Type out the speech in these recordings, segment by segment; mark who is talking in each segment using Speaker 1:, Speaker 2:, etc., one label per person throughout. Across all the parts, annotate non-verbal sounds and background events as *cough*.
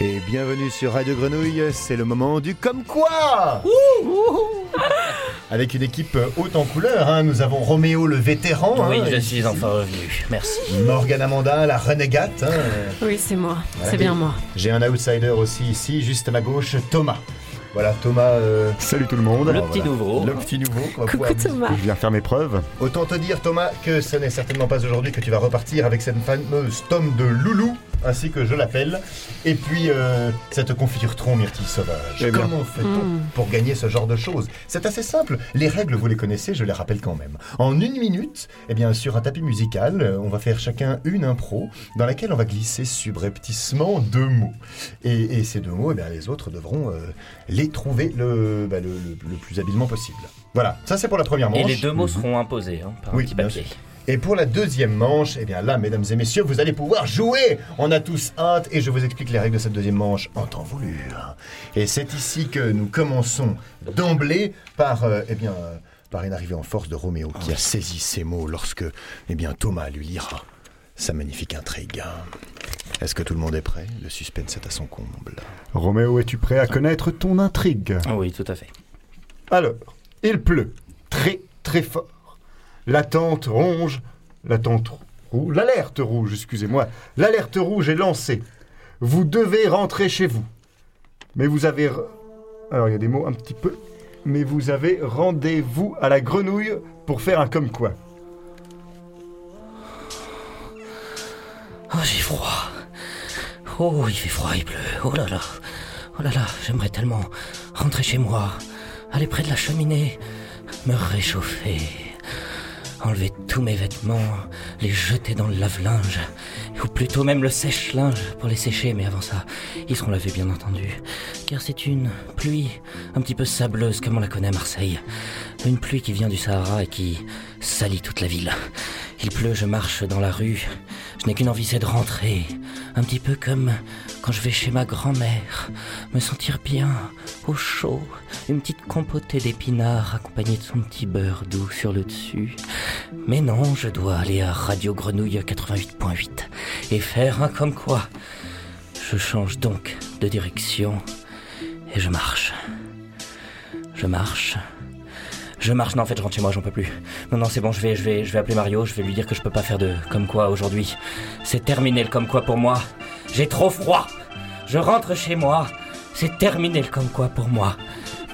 Speaker 1: Et bienvenue sur Radio Grenouille, c'est le moment du comme quoi Avec une équipe haute en couleur, hein, nous avons Roméo le vétéran,
Speaker 2: Oui,
Speaker 1: hein,
Speaker 2: je
Speaker 1: et
Speaker 2: suis enfin revenu. Merci.
Speaker 1: Morgane Amanda la renégate. hein, euh,
Speaker 3: Oui, c'est moi.
Speaker 1: Voilà.
Speaker 3: C'est bien moi.
Speaker 1: J'ai un outsider aussi ici, juste à ma gauche, Thomas. Voilà Thomas. Salut tout le monde.
Speaker 2: Le petit nouveau.
Speaker 1: Le petit nouveau. qu'on va pouvoir
Speaker 3: Coucou Thomas.
Speaker 4: Je viens faire mes preuves.
Speaker 1: Autant te dire, Thomas, que ce n'est certainement pas aujourd'hui que tu vas repartir avec cette fameuse tome de Loulou, ainsi que je l'appelle, et puis euh, cette confiture tronc myrtille sauvage.
Speaker 4: Eh bien.
Speaker 1: Comment fait-on pour gagner ce genre de choses C'est assez simple. Les règles, vous les connaissez, je les rappelle quand même. En une minute, eh bien, sur un tapis musical, euh, on va faire chacun une impro dans laquelle on va glisser subrepticement deux mots. Et, et ces deux mots, eh bien, les autres devront euh, les trouver le, bah, le, le- le plus habilement possible. Voilà, ça c'est pour la première manche.
Speaker 2: Et les deux mots seront imposés hein, par
Speaker 1: Oui,
Speaker 2: un petit
Speaker 1: bien
Speaker 2: papier.
Speaker 1: Et pour la deuxième manche, eh bien là, mesdames et messieurs, vous allez pouvoir jouer On a tous hâte et je vous explique les règles de cette deuxième manche en temps voulu. Et c'est ici que nous commençons d'emblée par, euh, eh bien, euh, par une arrivée en force de Roméo qui a saisi ces mots lorsque, eh bien, Thomas lui lira sa magnifique intrigue. Est-ce que tout le monde est prêt Le suspense est à son comble.
Speaker 4: Roméo, es-tu prêt à connaître ton intrigue
Speaker 2: Ah Oui, tout à fait.
Speaker 4: Alors, il pleut très très fort. La tente ronge, la tente rouge, l'alerte rouge, excusez-moi. L'alerte rouge est lancée. Vous devez rentrer chez vous. Mais vous avez... re- Alors, il y a des mots un petit peu... Mais vous avez rendez-vous à la grenouille pour faire un comme quoi.
Speaker 2: Oh, j'ai froid. Oh, il fait froid, il pleut. Oh là là. Oh là là, j'aimerais tellement rentrer chez moi, aller près de la cheminée, me réchauffer, enlever tous mes vêtements, les jeter dans le lave-linge, ou plutôt même le sèche-linge pour les sécher, mais avant ça, ils seront lavés bien entendu, car c'est une pluie un petit peu sableuse comme on la connaît à Marseille. Une pluie qui vient du Sahara et qui salit toute la ville. Il pleut, je marche dans la rue. Je n'ai qu'une envie, c'est de rentrer. Un petit peu comme quand je vais chez ma grand-mère. Me sentir bien, au chaud. Une petite compotée d'épinards accompagnée de son petit beurre doux sur le dessus. Mais non, je dois aller à Radio Grenouille 88.8 et faire un comme quoi. Je change donc de direction et je marche. Je marche. Je marche, non en fait je rentre chez moi, j'en peux plus. Non non c'est bon, je vais, je vais, je vais appeler Mario, je vais lui dire que je peux pas faire de comme quoi aujourd'hui. C'est terminé le comme quoi pour moi. J'ai trop froid. Je rentre chez moi. C'est terminé le comme quoi pour moi.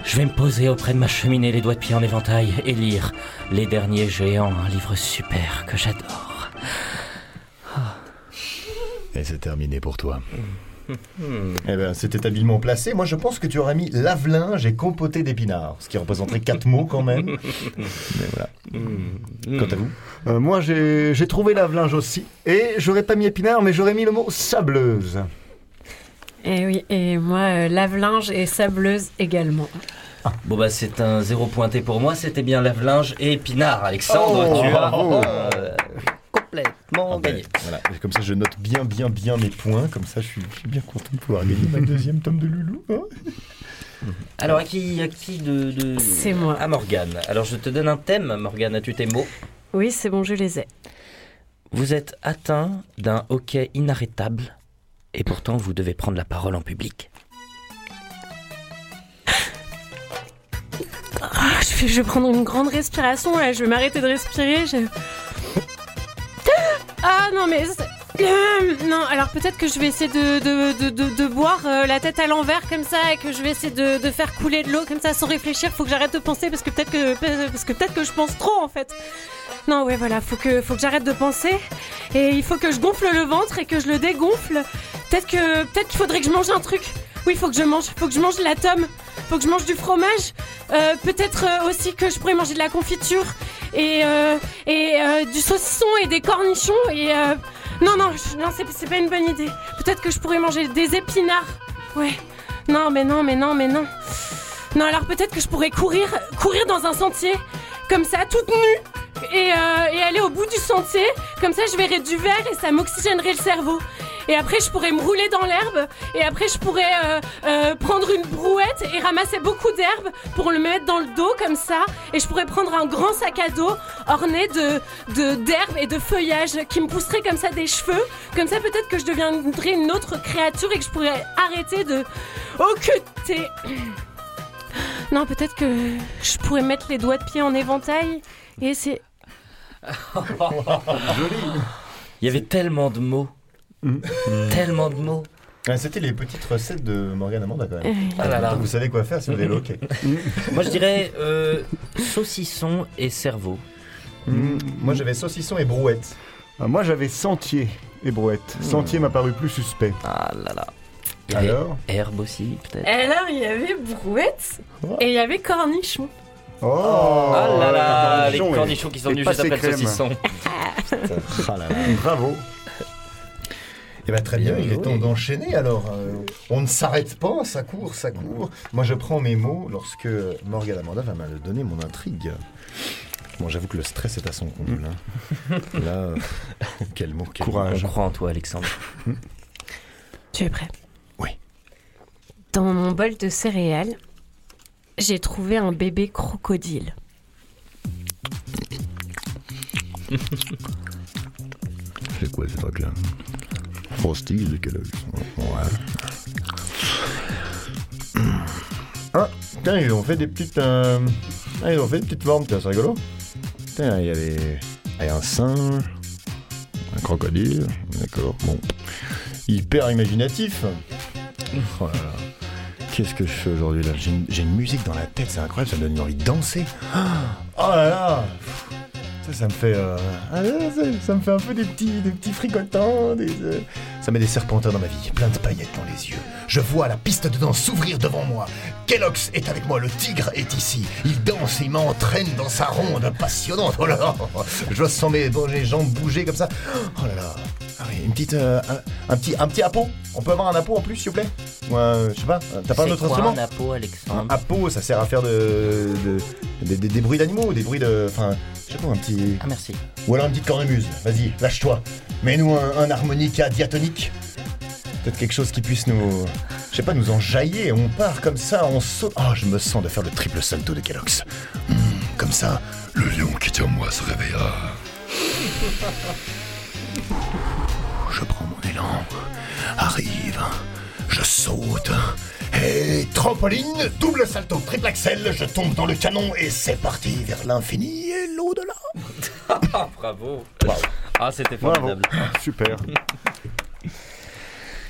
Speaker 2: Je vais me poser auprès de ma cheminée, les doigts de pied en éventail, et lire Les Derniers Géants, un livre super que j'adore.
Speaker 1: Et c'est terminé pour toi. Eh bien, c'était habilement placé. Moi, je pense que tu aurais mis lave-linge et compoté d'épinards, ce qui représenterait quatre mots quand même.
Speaker 4: *laughs*
Speaker 1: Mais voilà. Quant à vous
Speaker 4: Euh, moi, j'ai j'ai trouvé lave-linge aussi. Et j'aurais pas mis épinard, mais j'aurais mis le mot sableuse.
Speaker 3: Et Eh oui, et moi, euh, lave-linge et sableuse également.
Speaker 2: Bon bah c'est un zéro pointé pour moi, c'était bien lave-linge et épinard, Alexandre,
Speaker 1: Oh,
Speaker 2: tu as
Speaker 1: bravo.
Speaker 2: euh, complètement
Speaker 1: Ah ben,
Speaker 2: gagné.
Speaker 1: voilà. Et Comme ça, je note bien, bien, bien mes points. Comme ça, je suis, je suis bien content de pouvoir gagner ma deuxième tome de Loulou. hein.
Speaker 2: Alors à qui, à qui de, de-
Speaker 3: C'est moi.
Speaker 2: À Morgane. Alors je te donne un thème, Morgane, as-tu tes mots
Speaker 3: Oui, c'est bon, je les ai.
Speaker 2: Vous êtes atteint d'un hoquet inarrêtable et pourtant vous devez prendre la parole en public.
Speaker 3: Ah, je, vais, je vais prendre une grande respiration, là. je vais m'arrêter de respirer. je- Ah non, mais... c'est- Euh, non, alors peut-être que je vais essayer de, de, de, de- de boire euh, la tête à l'envers comme ça et que je vais essayer de, de faire couler de l'eau comme ça sans réfléchir. Faut que j'arrête de penser parce que peut-être que, euh, parce que, peut que je pense trop en fait. Non, ouais, voilà, faut que, faut que j'arrête de penser et il faut que je gonfle le ventre et que je le dégonfle. Peut-être que peut-être qu'il faudrait que je mange un truc. Oui, faut que je mange, faut que je mange de la tome, faut que je mange du fromage. Euh, peut-être euh, aussi que je pourrais manger de la confiture et, euh, et euh, du saucisson et des cornichons. Et euh, non, non, je- non, c'est, c'est pas une bonne idée. Peut-être que je pourrais manger des épinards. Ouais. Non, mais non, mais non, mais non. Non, alors peut-être que je pourrais courir, courir dans un sentier, comme ça, toute nue, et, euh, et aller au bout du sentier. Comme ça, je verrais du verre et ça m'oxygénerait le cerveau. et après je pourrais me rouler dans l'herbe et après je pourrais euh, euh, prendre une brouette et ramasser beaucoup d'herbe pour le mettre dans le dos comme ça et je pourrais prendre un grand sac à dos orné de de- d'herbe et de feuillage qui me pousserait comme ça des cheveux comme ça peut-être que je deviendrais une autre créature et que je pourrais arrêter de occulter *clears throat* non peut-être que je pourrais mettre les doigts de pied en éventail et c'est
Speaker 2: Il y avait tellement de mots. Mm. Tellement de mots.
Speaker 1: Ah, C'était les petites recettes de Morgane Amanda
Speaker 3: euh.
Speaker 1: quand même.
Speaker 2: Ah là là.
Speaker 1: Vous savez quoi faire si
Speaker 2: *laughs*
Speaker 1: vous avez le hockey.
Speaker 2: Moi je dirais euh, saucisson et cerveau.
Speaker 1: Moi j'avais saucisson et brouette.
Speaker 4: Ah, Moi, j'avais Sentier et Brouette. Sentier m'a paru plus suspect.
Speaker 2: Ah là là. Il y avait
Speaker 4: Alors
Speaker 2: herbe aussi peut-être.
Speaker 3: Alors, il y avait brouette et il y avait cornichon.
Speaker 4: Oh,
Speaker 2: Ah là là, les
Speaker 4: cornichons, et-
Speaker 2: cornichons qui sont
Speaker 4: et
Speaker 2: venus
Speaker 4: pas
Speaker 2: juste après
Speaker 4: ces
Speaker 2: le
Speaker 4: crèmes.
Speaker 2: saucisson.
Speaker 1: Ah là là.
Speaker 4: Bravo.
Speaker 1: Eh ben, très bien,
Speaker 2: Bien
Speaker 1: il est
Speaker 2: joué.
Speaker 1: temps d'enchaîner alors. Euh, on ne s'arrête pas, ça court, ça court. Moi je prends mes mots lorsque Morgane Amanda va me donner mon intrigue. Bon, j'avoue que le stress est à son comble.
Speaker 2: *laughs*
Speaker 1: hein. Là, euh, quel mot, quel
Speaker 4: Courage.
Speaker 2: On croit en toi Alexandre.
Speaker 3: Tu es prêt
Speaker 1: Oui.
Speaker 3: Dans mon bol de céréales, j'ai trouvé un bébé crocodile.
Speaker 1: C'est quoi ces trucs-là Frosty, c'est quel Ouais. Ah, tiens, ils ont fait des petites. euh, Ah, ils ont fait des petites formes, tiens, c'est rigolo. Tiens, il y avait. Il y a un singe, un crocodile, d'accord, bon. Hyper imaginatif. Oh là là. Qu'est-ce que je fais aujourd'hui là J'ai une, j'ai une musique dans la tête, c'est incroyable, ça me donne envie de danser. Ah, Oh là là ça, ça me fait, euh, ah, ça, ça me fait un peu des petits, des petits fricotants. des, euh, Ça met des serpentins dans ma vie, plein de paillettes dans les yeux. Je vois la piste de danse s'ouvrir devant moi. Kellogg's est avec moi, le tigre est ici. Il danse, il m'entraîne dans sa ronde passionnante. Oh là là, je sens mes, bon, les jambes bouger comme ça. Oh là là. Ah oui, une petite, euh, un, un petit, un petit appo. On peut avoir un appo en plus, s'il vous plaît Ou un- je sais pas. T'as pas un
Speaker 2: C'est
Speaker 1: autre
Speaker 2: quoi
Speaker 1: instrument
Speaker 2: un appo,
Speaker 1: un
Speaker 5: Hein.
Speaker 2: Alexandre
Speaker 1: appo, ça sert à faire de, de- des- des- des bruits d'animaux, des bruits de. Enfin, je sais pas, un petit.
Speaker 2: Ah merci.
Speaker 1: Ou alors une petite cornemuse, vas-y, lâche-toi. Mets-nous un, un harmonica diatonique. Peut-être quelque chose qui puisse nous. Je sais pas, nous enjailler. On part comme ça, on saute. Ah, je me sens de faire le triple salto de Kellogg's. Hmm, comme ça, le lion qui tient en moi se réveilla. Je prends mon élan, arrive, je saute. Et trampoline, double salto, triple axel, je tombe dans le canon et c'est parti vers l'infini et l'au-delà.
Speaker 2: Ah bravo. Ah c'était
Speaker 4: Bravo.
Speaker 2: formidable.
Speaker 4: Super.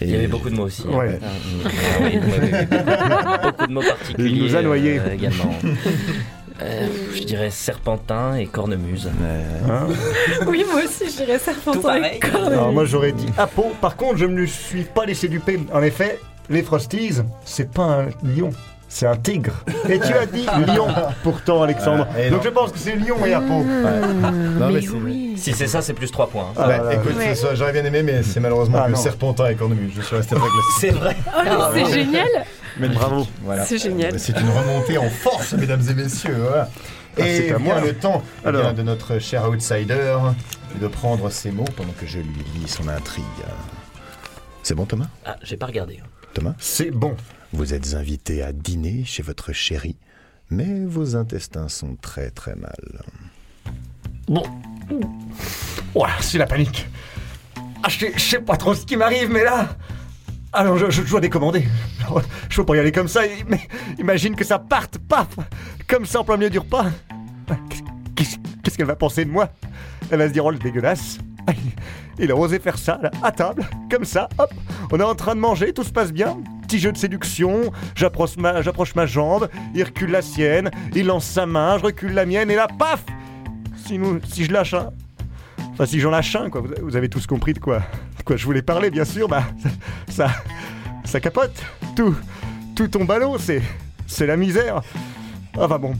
Speaker 2: Il y avait beaucoup de mots aussi. hein.
Speaker 4: Ouais.
Speaker 2: Ah, mm, ah oui, oui, oui, oui. beaucoup de *laughs* mots particuliers.
Speaker 4: Il nous a noyés.
Speaker 2: euh, *laughs* également. Euh, je dirais serpentin et cornemuse.
Speaker 4: Hein
Speaker 3: Oui, moi aussi, j'irais
Speaker 2: Tout
Speaker 3: serpentin
Speaker 2: pareil.
Speaker 3: avec cornemuse.
Speaker 4: Alors moi j'aurais dit Apo. Par contre, je ne me suis pas laissé duper. En effet, les Frosties, c'est pas un lion. C'est un tigre. Et tu
Speaker 1: *laughs*
Speaker 4: as dit lion pourtant, Alexandre.
Speaker 1: Voilà, Ah, et
Speaker 4: Donc
Speaker 1: non.
Speaker 4: je pense que c'est lion et Apo.
Speaker 1: Non, mais
Speaker 3: Mais
Speaker 1: c'est-
Speaker 3: oui.
Speaker 2: Si c'est ça, c'est plus 3 points. hein.
Speaker 1: Bah, écoute,
Speaker 3: Ouais.
Speaker 1: ça, j'aurais bien aimé, mais c'est malheureusement
Speaker 4: Ah,
Speaker 1: que
Speaker 4: non.
Speaker 1: Serpentin et Cornemuse. Je suis
Speaker 4: *laughs*
Speaker 1: resté avec la
Speaker 2: C'est vrai.
Speaker 3: Oh, mais c'est génial
Speaker 4: bravo.
Speaker 1: Voilà.
Speaker 3: C'est génial.
Speaker 1: Bah, C'est une remontée en force, mesdames et messieurs. Voilà.
Speaker 4: Ah,
Speaker 1: Et
Speaker 4: c'est à
Speaker 1: vient
Speaker 4: moi.
Speaker 1: le temps eh bien,
Speaker 4: Alors.
Speaker 1: de notre cher outsider de prendre ses mots pendant que je lui lis son intrigue. C'est bon, Thomas
Speaker 2: Ah, j'ai pas regardé.
Speaker 1: Thomas
Speaker 4: C'est bon.
Speaker 1: Vous êtes invité à dîner chez votre chérie, mais vos intestins sont très très mal.
Speaker 4: Bon. Ouah, c'est la panique. Ah, je sais- je sais pas trop ce qui m'arrive, mais là. Alors, je, je dois décommander. Oh, Je peux pas y aller comme ça. i- Mais imagine que ça parte, paf Comme ça en plein milieu du repas. Ah, qu'est- Qu'est-ce qu'est-ce qu'elle va penser de moi Elle va se dire, oh, le dégueulasse. Ah, il- Il a osé faire ça, là, à table, comme ça, hop. On est en train de manger, tout se passe bien. Petit jeu de séduction, j'approche ma, j'approche ma jambe, il recule la sienne, il lance sa main, je recule la mienne, et là, paf si, nous- si je lâche un. Enfin, si j'en lâche un, quoi. Vous, vous avez tous compris de quoi, de quoi je voulais parler, bien sûr. Bah, ça, ça capote. Tout, tout tombe à l'eau, c'est, c'est la misère. Enfin bon,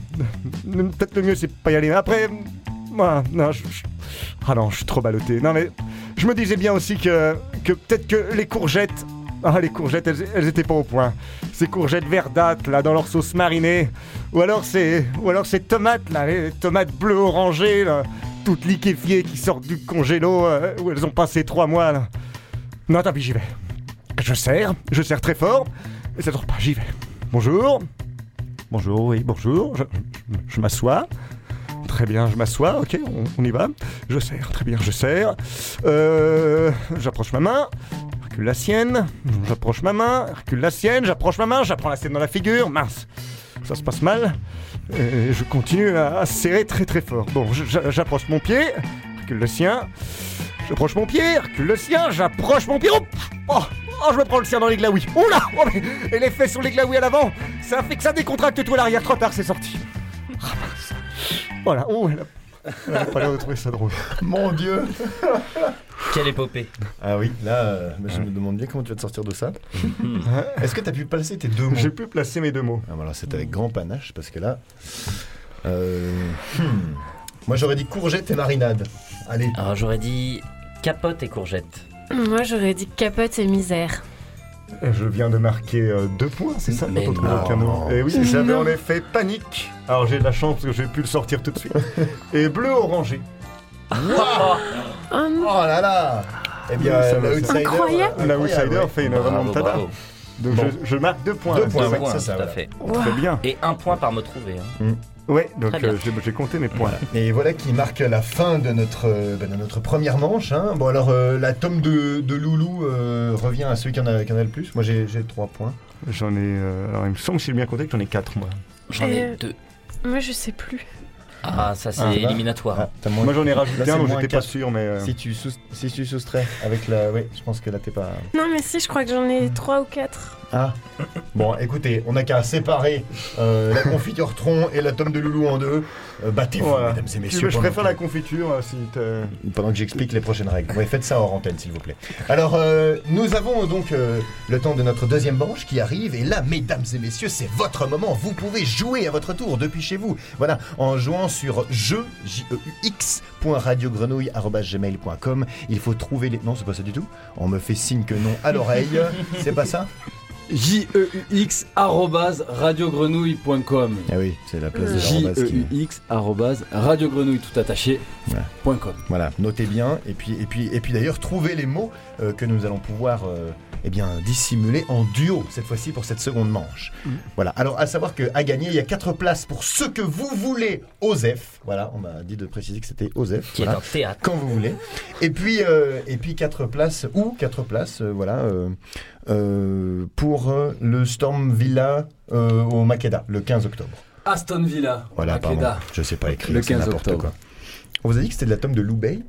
Speaker 4: peut-être le mieux, c'est pas y aller. Mais après, moi, non, je, je- ah non, je suis trop ballotté. Non, mais je me disais bien aussi que, que peut-être que les courgettes. Ah, les courgettes, elles, elles étaient pas au point. Ces courgettes verdâtres, là, dans leur sauce marinée. Ou alors ces, ou alors ces tomates, là, les tomates bleues orangées, là, toutes liquéfiées qui sortent du congélo, euh, où elles ont passé trois mois, là.
Speaker 5: Non, tant pis, j'y vais. Je serre, je serre très fort, et ça dort pas, j'y vais. Bonjour. Bonjour, oui, bonjour. Je, je- je m'assois. Très bien, je m'assois, ok, on, on y va. Je serre, très bien, je serre. Euh, j'approche ma main, recule la sienne, j'approche ma main, recule la sienne, j'approche ma main, j'apprends la sienne dans la figure, mince. Ça se passe mal. Et Euh, je continue à, à serrer très très fort. Bon, je- je- j'approche mon pied, recule le sien. J'approche mon pied, recule le sien, j'approche mon pied. Oh, oh, oh, je me prends le sien dans les glaouis. Oh là oh, mais- Et les fesses sur les glaouis à l'avant, ça fait que ça décontracte tout à l'arrière. Trop tard, c'est sorti. Ah, mince. Voilà, oh, elle a- elle a pas l'air de trouver ça drôle.
Speaker 1: Mon dieu
Speaker 2: Quelle épopée.
Speaker 1: Ah oui, là, euh, je me demande bien comment tu vas te sortir de ça. Hein Est-ce que t'as pu placer tes deux mots
Speaker 4: J'ai pu placer mes deux mots.
Speaker 1: Ah, voilà, c'est avec grand panache parce que là. euh, hmm. Moi j'aurais dit courgette et marinade. Allez.
Speaker 2: Alors Ah, j'aurais dit capote et courgette.
Speaker 3: Moi, j'aurais dit capote et misère.
Speaker 4: Je viens de marquer euh, deux points, c'est ça
Speaker 2: Mais
Speaker 4: quand on trouve
Speaker 1: non.
Speaker 4: aucun mot. Et oui,
Speaker 3: Non.
Speaker 4: j'avais en effet panique. Alors j'ai de la chance parce que j'ai pu le sortir tout de
Speaker 1: *laughs*
Speaker 4: suite. Et bleu orangé.
Speaker 3: Oh
Speaker 1: Oh
Speaker 3: non.
Speaker 1: là là Eh bien,
Speaker 4: Ça va, ça va.
Speaker 1: l'outsider.
Speaker 3: Incroyable.
Speaker 1: euh,
Speaker 4: L'outsider
Speaker 1: incroyable,
Speaker 4: fait une
Speaker 2: Bravo,
Speaker 4: remontada.
Speaker 2: bravo.
Speaker 4: Donc
Speaker 1: Bon.
Speaker 4: je, je marque deux points.
Speaker 1: Deux points,
Speaker 2: Deux
Speaker 1: ouais,
Speaker 2: points,
Speaker 1: c'est ça,
Speaker 2: tout à
Speaker 1: voilà.
Speaker 2: fait.
Speaker 4: Très bien.
Speaker 2: Et un point par me trouver. hein.
Speaker 4: Ouais, donc
Speaker 2: Très bien.
Speaker 4: euh, j'ai j'ai compté mes points.
Speaker 1: ouais. Et voilà qui marque la fin de notre, euh, ben, de notre première manche. hein. Bon, alors euh, la tome de, de Loulou euh, revient à celui qui en a, qui en a le plus. Moi j'ai j'ai trois points.
Speaker 4: J'en ai. euh, alors il me semble, si j'ai bien compté, que j'en ai quatre moi.
Speaker 2: J'en
Speaker 3: Euh.
Speaker 2: ai deux.
Speaker 3: Moi, je sais plus.
Speaker 2: Ah, ça c'est
Speaker 1: Ah, bah.
Speaker 2: éliminatoire.
Speaker 1: Ah, t'as moins-
Speaker 4: Moi j'en ai
Speaker 1: Là,
Speaker 4: rajouté
Speaker 1: c'est
Speaker 4: un, donc
Speaker 1: moins
Speaker 4: j'étais pas
Speaker 1: quatre.
Speaker 4: sûr, mais. euh,
Speaker 1: Si tu, sous- si tu soustrais avec la. Oui, je pense que là t'es pas.
Speaker 3: Non, mais si, je crois que j'en ai trois ou quatre.
Speaker 1: Ah Bon, écoutez, on n'a qu'à séparer euh,
Speaker 4: *laughs*
Speaker 1: la confiture Tron et la tome de Loulou en deux. Euh, Battez-vous,
Speaker 4: Voilà.
Speaker 1: mesdames et
Speaker 4: tu
Speaker 1: messieurs.
Speaker 4: veux, je
Speaker 1: pendant
Speaker 4: préfère
Speaker 1: que-
Speaker 4: la confiture euh, si t'as-
Speaker 1: pendant que j'explique les prochaines règles. Ouais, faites ça hors antenne, s'il vous plaît. Alors, euh, nous avons donc euh, le temps de notre deuxième branche qui arrive. Et là, mesdames et messieurs, c'est votre moment. Vous pouvez jouer à votre tour depuis chez vous. Voilà, en jouant sur jeu, E gmail.com Il faut trouver les... Non, c'est pas ça du tout. On me fait signe que non à l'oreille. c'est pas ça
Speaker 6: J-E-U-X E arrobase radiogrenouille.com
Speaker 1: Ah oui, c'est la place de
Speaker 6: E
Speaker 1: la qui...
Speaker 6: J-E-U-X arrobase radiogrenouille tout attaché
Speaker 1: Ouais.
Speaker 6: point .com
Speaker 1: Voilà, notez bien et puis et puis et puis d'ailleurs trouvez les mots euh, que nous allons pouvoir euh, eh bien dissimuler en duo cette fois-ci pour cette seconde manche.
Speaker 2: Mm.
Speaker 1: Voilà. Alors à savoir que à gagner, il y a quatre places pour ce que vous voulez, Osef. Voilà, on m'a dit de préciser que c'était Osef.
Speaker 2: Qui est
Speaker 1: voilà,
Speaker 2: un théâtre.
Speaker 1: Quand vous voulez. Et puis euh, et puis quatre places ou quatre places euh, voilà euh, euh, pour euh, le Storm Villa euh, au Makeda le 15 octobre.
Speaker 6: Aston Villa
Speaker 1: Voilà, pardon.
Speaker 6: Akeda.
Speaker 1: Je sais pas écrire,
Speaker 6: Le
Speaker 1: c'est
Speaker 6: 15
Speaker 1: n'importe
Speaker 6: octobre.
Speaker 1: quoi. On vous a dit que c'était de la tome de Lou Bey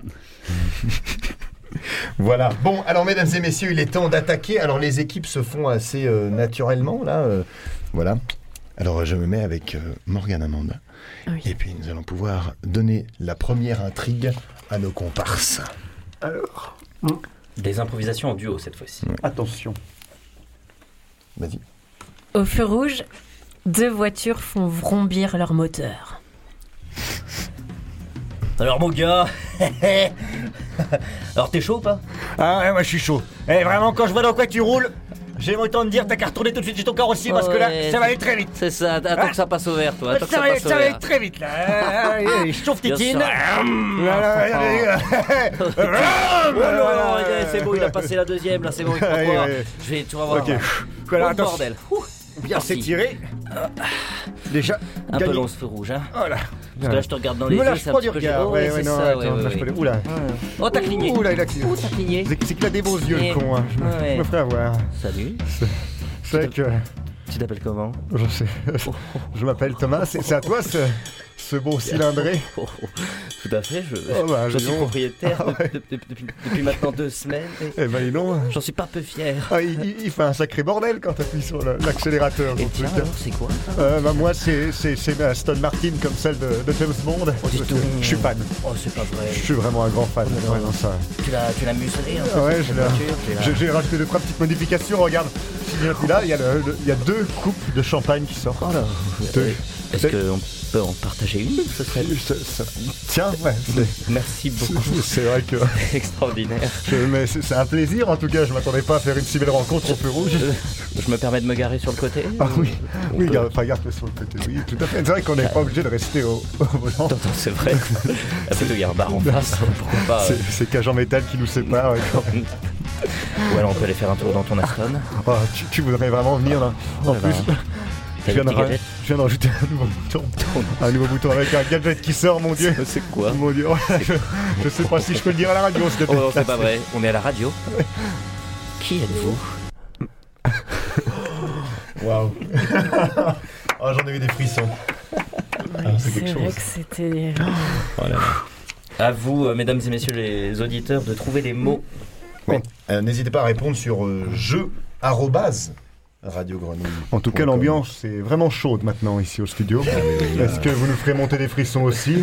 Speaker 1: *laughs* Voilà. Bon, alors mesdames et messieurs, il est temps d'attaquer. Alors les équipes se font assez euh, naturellement là. euh, voilà. Alors je me mets avec euh, Morgane Amanda.
Speaker 3: Oui.
Speaker 1: Et puis nous allons pouvoir donner la première intrigue à nos comparses.
Speaker 2: Des improvisations en duo cette fois-ci.
Speaker 4: Attention.
Speaker 1: Vas-y.
Speaker 3: Au feu rouge, deux voitures font vrombir leur moteur.
Speaker 2: Alors mon gars *laughs* Alors t'es chaud ou pas
Speaker 5: Ah, ouais, moi je suis chaud. Eh, vraiment, quand je vois dans quoi tu roules, j'ai autant de dire, t'as qu'à retourner tout de suite chez ton carrossier parce que là,
Speaker 2: Ouais,
Speaker 5: ça va aller très vite.
Speaker 2: C'est ça, attends que ça passe au vert toi.
Speaker 5: Ça, va, ça va aller très vite
Speaker 2: *laughs*
Speaker 5: là. Eh, Je chauffe
Speaker 2: Bien
Speaker 5: Tétine.
Speaker 2: sûr. *laughs* Oh
Speaker 5: C'est
Speaker 2: c'est bon, il a passé la deuxième, là c'est bon, il prend
Speaker 4: Ouais,
Speaker 2: trois.
Speaker 4: ouais.
Speaker 2: Je vais, tu vas voir.
Speaker 4: Ok.
Speaker 2: là.
Speaker 5: Voilà,
Speaker 2: Oh,
Speaker 5: attends.
Speaker 2: bordel. Ouh,
Speaker 5: Bien
Speaker 2: parti.
Speaker 5: s'étirer. Déjà,
Speaker 2: Un peu
Speaker 5: gagné.
Speaker 2: long ce feu rouge, hein.
Speaker 5: Voilà.
Speaker 2: Parce que là je te regarde dans les
Speaker 5: Me
Speaker 2: yeux,
Speaker 5: lâche
Speaker 2: c'est un
Speaker 5: pas du
Speaker 2: petit peu
Speaker 5: regard.
Speaker 2: gênant.
Speaker 5: Ouais,
Speaker 2: Ouais,
Speaker 5: ouais,
Speaker 2: c'est
Speaker 5: non,
Speaker 2: ça, ouais,
Speaker 5: attends,
Speaker 2: ouais,
Speaker 5: lâche pas
Speaker 2: ouais.
Speaker 5: les- Oula.
Speaker 2: Oh t'as cligné.
Speaker 5: Oula, il a cligné.
Speaker 2: Oh t'as cligné.
Speaker 4: C'est c'est qu'il a des beaux yeux, le con. hein. Je me-
Speaker 2: Ouais.
Speaker 4: *laughs* je me ferai avoir.
Speaker 2: Salut.
Speaker 4: C'est vrai que.
Speaker 2: Tu t'appelles comment
Speaker 4: Je sais. Je m'appelle Thomas. C'est c'est à toi ce, ce beau cylindré.
Speaker 2: Oh, oh, Tout à fait, je,
Speaker 4: Oh, bah,
Speaker 2: je
Speaker 4: dis
Speaker 2: suis
Speaker 4: donc.
Speaker 2: propriétaire de- de- de- depuis, depuis maintenant deux semaines et
Speaker 4: Eh ben, dis donc.
Speaker 2: j'en suis pas peu fier.
Speaker 4: Ah, il, il- il fait un sacré bordel quand t'appuies sur le- l'accélérateur.
Speaker 2: Et
Speaker 4: ton
Speaker 2: tiens,
Speaker 4: truc.
Speaker 2: alors c'est quoi
Speaker 4: Euh, bah, moi, c'est c'est- c'est ma Aston Martin comme celle de, de James Bond.
Speaker 2: dis donc.
Speaker 4: je suis fan.
Speaker 2: Oh, c'est pas vrai.
Speaker 4: Je suis vraiment un grand fan.
Speaker 2: Oh, non.
Speaker 4: Ouais, non, ça-
Speaker 2: Tu l'as, tu l'as muselé, hein,
Speaker 4: Ouais,
Speaker 2: cette
Speaker 4: je l'ai-
Speaker 2: voiture, tu l'as-
Speaker 4: j'ai- j'ai rajouté deux trois petites modifications. Regarde, si bien que là, il y, a le- le- il y a deux coupes de champagne qui sortent.
Speaker 2: Oh là.
Speaker 4: Deux.
Speaker 2: Est-ce qu'on peut en partager une Ce serait.
Speaker 4: Ça- ça- Tiens, ouais, c'est-
Speaker 2: Merci beaucoup.
Speaker 4: c'est *laughs* vrai que
Speaker 2: *laughs* Extraordinaire.
Speaker 4: je- mais c'est c'est un plaisir en tout cas. Je m'attendais pas à faire une si belle rencontre au feu rouge.
Speaker 2: Je me permets de me garer sur le côté
Speaker 4: Ah oui,
Speaker 2: On
Speaker 4: oui,
Speaker 2: peut-
Speaker 1: euh,
Speaker 4: garde, enfin, garde-le sur le côté. Oui, tout à fait. C'est vrai qu'on n'est pas obligé de rester au, au
Speaker 1: *laughs*
Speaker 4: volant.
Speaker 2: Attends, c'est vrai. *laughs* Ah, Peut-être qu'il y a un bar en face. Pourquoi pas euh,
Speaker 4: C'est c'est cage en métal qui nous sépare. ouais, quand même.
Speaker 2: Ou alors on peut aller faire un tour dans ton Aston.
Speaker 4: Oh, tu, tu voudrais vraiment venir là
Speaker 2: Oh
Speaker 4: En
Speaker 2: là
Speaker 4: plus,
Speaker 1: *laughs*
Speaker 2: là.
Speaker 4: je
Speaker 2: T'as des
Speaker 4: viens, de,
Speaker 2: petits
Speaker 4: ra-
Speaker 2: gadgets
Speaker 4: je viens de rajouter un nouveau bouton. Un nouveau bouton avec un gadget qui sort, mon dieu.
Speaker 2: C'est quoi
Speaker 4: Mon dieu, oh là, je, je sais pas si je peux le dire à la radio, s'il te
Speaker 2: Oh
Speaker 4: plaît.
Speaker 2: non, c'est pas vrai, on est à la radio. Qui êtes-vous
Speaker 4: *laughs*
Speaker 1: Waouh. oh, j'en ai eu des frissons. Ah, c'est quelque chose. Ah,
Speaker 3: c'était.
Speaker 2: À vous, euh, mesdames et messieurs les auditeurs, de trouver les mots.
Speaker 1: Euh, N'hésitez pas à répondre sur euh, jeu arrobase radio grenouille.
Speaker 4: En tout cas, l'ambiance est euh, vraiment chaude maintenant ici au studio.
Speaker 2: Ah,
Speaker 4: Est-ce que vous nous ferez monter des frissons aussi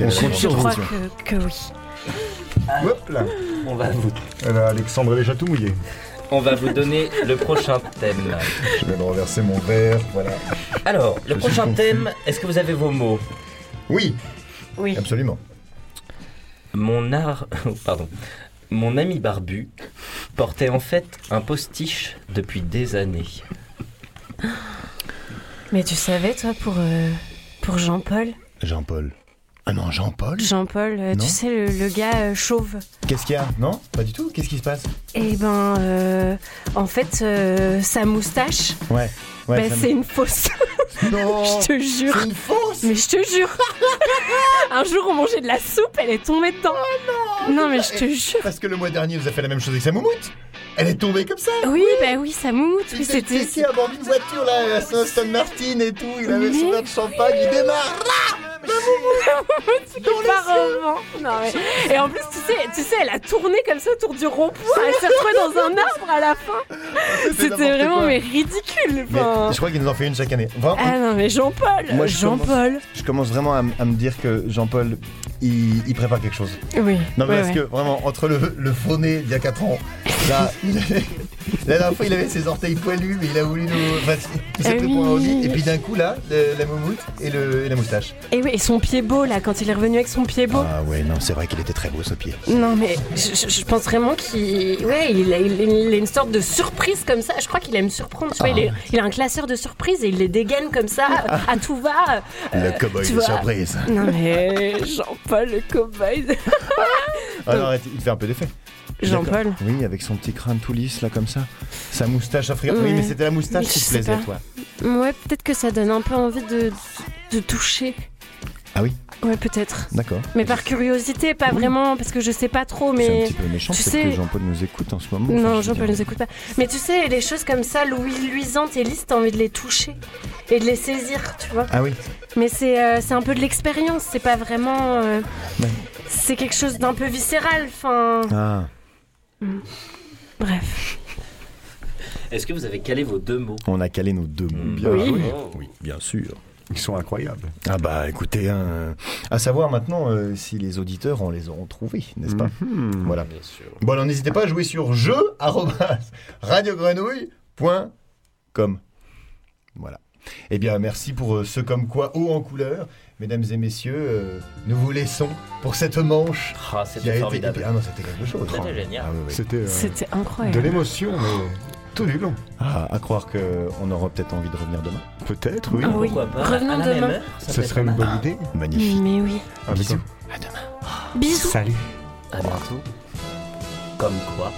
Speaker 1: On
Speaker 3: Je crois que, que oui.
Speaker 4: Hop là.
Speaker 2: Ah, On va vous,
Speaker 4: Là, Alexandre est déjà tout mouillé.
Speaker 2: on va vous donner le prochain thème.
Speaker 1: Je viens de renverser mon verre, voilà.
Speaker 2: Alors, le
Speaker 1: suis
Speaker 2: prochain
Speaker 1: confus.
Speaker 2: thème, est-ce que vous avez vos mots
Speaker 1: Oui,
Speaker 3: Oui.
Speaker 1: absolument.
Speaker 2: Mon art. *laughs* oh, Pardon. Mon ami barbu portait en fait un postiche depuis des années.
Speaker 3: Mais tu savais, toi, pour, euh, pour Jean-Paul
Speaker 1: Jean-Paul. Ah non, Jean-Paul
Speaker 3: Jean-Paul, euh,
Speaker 1: Non.
Speaker 3: tu sais, le, le gars euh, chauve.
Speaker 1: Qu'est-ce qu'il y a Non Pas du tout Qu'est-ce qui se passe
Speaker 3: Eh ben, euh, en fait, euh, sa moustache,
Speaker 1: Ouais. Oh.
Speaker 3: bah, c'est une fausse. *laughs*
Speaker 1: Non
Speaker 3: je te jure.
Speaker 1: une fausse
Speaker 3: Mais je te jure. *laughs* Un jour, on mangeait de la soupe, elle est tombée dedans. Oh non mais je te jure.
Speaker 1: Parce que le mois dernier, vous avez fait la même chose avec sa moumoute Elle est tombée comme ça
Speaker 3: Oui, bah oui, ça moumoute. Oui,
Speaker 1: Il s'est
Speaker 3: c'était.
Speaker 1: piqué à bord d'une voiture, là, à son Aston Martin et tout, il avait son
Speaker 3: Mais
Speaker 1: verre de champagne, il démarre
Speaker 3: Par moment. Non, mais- Et en plus, tu sais, tu sais, elle a tourné comme ça autour du rond-point. Elle s'est retrouvée dans un arbre à la fin. C'était
Speaker 1: n'importe
Speaker 3: vraiment
Speaker 1: quoi.
Speaker 3: mais ridicule.
Speaker 1: Mais
Speaker 3: enfin.
Speaker 1: je crois qu'ils nous en fait une chaque année. Vraiment,
Speaker 3: Ah non, mais Jean-Paul
Speaker 1: Moi, je
Speaker 3: Jean-Paul
Speaker 1: je commence vraiment à, m- à me dire que Jean-Paul, il, il prépare quelque chose.
Speaker 3: Oui.
Speaker 1: Non mais
Speaker 3: ouais,
Speaker 1: parce
Speaker 3: ouais.
Speaker 1: que vraiment, entre le, le faux nez d'il y a 4 ans, là, il avait- la dernière fois il avait ses orteils poilus, mais il a voulu nous... Enfin, il s'est
Speaker 3: Ah
Speaker 1: pris pour un
Speaker 3: oui.
Speaker 1: hobby, et puis d'un coup là, le- la moumoute et, le, et la moustache.
Speaker 3: Et oui, et son pied beau, là, quand il est revenu avec son pied beau.
Speaker 1: Ah ouais, non, c'est vrai qu'il était très beau ce pied.
Speaker 3: Non, mais je, je- je pense vraiment qu'il. Ouais, il a, il- il a une sorte de surprise comme ça. Je crois qu'il aime surprendre. Tu vois, il, est-
Speaker 1: Ah.
Speaker 3: il a un classeur de surprises et il les dégaine comme ça, à tout va.
Speaker 1: le cowboy
Speaker 3: Ah, tu
Speaker 1: de
Speaker 3: vois.
Speaker 1: surprise.
Speaker 3: Non, mais Jean-Paul, le cowboy.
Speaker 1: Ah non, arrête, il fait un peu d'effet.
Speaker 3: Jean-Paul
Speaker 1: D'accord. Oui, avec son petit crâne tout lisse là comme ça. Sa moustache africaine. Oui,
Speaker 3: Ouais.
Speaker 1: mais c'était la moustache
Speaker 3: Mais
Speaker 1: qui
Speaker 3: je
Speaker 1: te
Speaker 3: sais
Speaker 1: plaisait
Speaker 3: pas.
Speaker 1: toi.
Speaker 3: Ouais, peut-être que ça donne un peu envie de, de toucher.
Speaker 1: Ah oui
Speaker 3: Ouais, peut-être.
Speaker 1: D'accord.
Speaker 3: Mais par curiosité, pas vraiment, parce que je sais pas trop,
Speaker 1: C'est un
Speaker 3: mais.
Speaker 1: petit peu méchant,
Speaker 3: tu
Speaker 1: peut-être
Speaker 3: sais-
Speaker 1: que Jean-Paul nous écoute en ce moment.
Speaker 3: Non,
Speaker 1: Enfin, je veux
Speaker 3: Jean-Paul
Speaker 1: dire-
Speaker 3: nous écoute pas. Mais tu sais, les choses comme ça, lui- luisantes et lisses, t'as envie de les toucher et de les saisir, tu vois.
Speaker 1: Ah oui,
Speaker 3: Mais c'est euh, c'est un peu de l'expérience, c'est pas vraiment. euh,
Speaker 1: Ouais.
Speaker 3: C'est quelque chose d'un peu viscéral, enfin.
Speaker 1: ah,
Speaker 3: Bref.
Speaker 2: Est-ce que vous avez calé vos deux mots
Speaker 1: on a calé nos deux mots.
Speaker 2: Mm.
Speaker 4: Bien
Speaker 3: Oui.
Speaker 4: joué.
Speaker 1: Oui, bien sûr.
Speaker 4: Ils sont incroyables.
Speaker 1: Ah bah écoutez, hein, à savoir maintenant euh, si les auditeurs, on les auront trouvés, n'est-ce pas
Speaker 4: Hmm.
Speaker 1: Voilà.
Speaker 2: Mhm. Bien sûr.
Speaker 1: Bon alors n'hésitez pas à jouer sur jeu arobase radiogrenouille.com. Voilà. Eh bien merci pour euh, ce comme quoi haut en couleur. Mesdames et messieurs, euh, nous vous laissons pour cette manche
Speaker 2: Ah,
Speaker 1: qui a
Speaker 2: c'était
Speaker 1: été...
Speaker 2: formidable.
Speaker 1: Ah non, c'était quelque chose.
Speaker 2: C'était génial.
Speaker 1: Ah, oui, oui.
Speaker 4: C'était euh,
Speaker 3: C'était
Speaker 4: de
Speaker 3: incroyable.
Speaker 4: l'émotion, mais tout du long.
Speaker 1: Ah, à croire qu'on aura peut-être envie de revenir demain.
Speaker 4: Peut-être, oui.
Speaker 3: Ah oui.
Speaker 2: Pourquoi pas
Speaker 3: Revenons
Speaker 2: à la
Speaker 3: demain.
Speaker 2: Même heure, ça
Speaker 4: Ce
Speaker 2: peut
Speaker 4: serait
Speaker 2: être
Speaker 4: une
Speaker 2: pas mal.
Speaker 4: bonne idée.
Speaker 1: Magnifique.
Speaker 3: Mais oui.
Speaker 4: Ah, mais
Speaker 1: Bisous.
Speaker 4: quoi
Speaker 3: Bisous.
Speaker 5: Salut.
Speaker 2: À bientôt. Comme quoi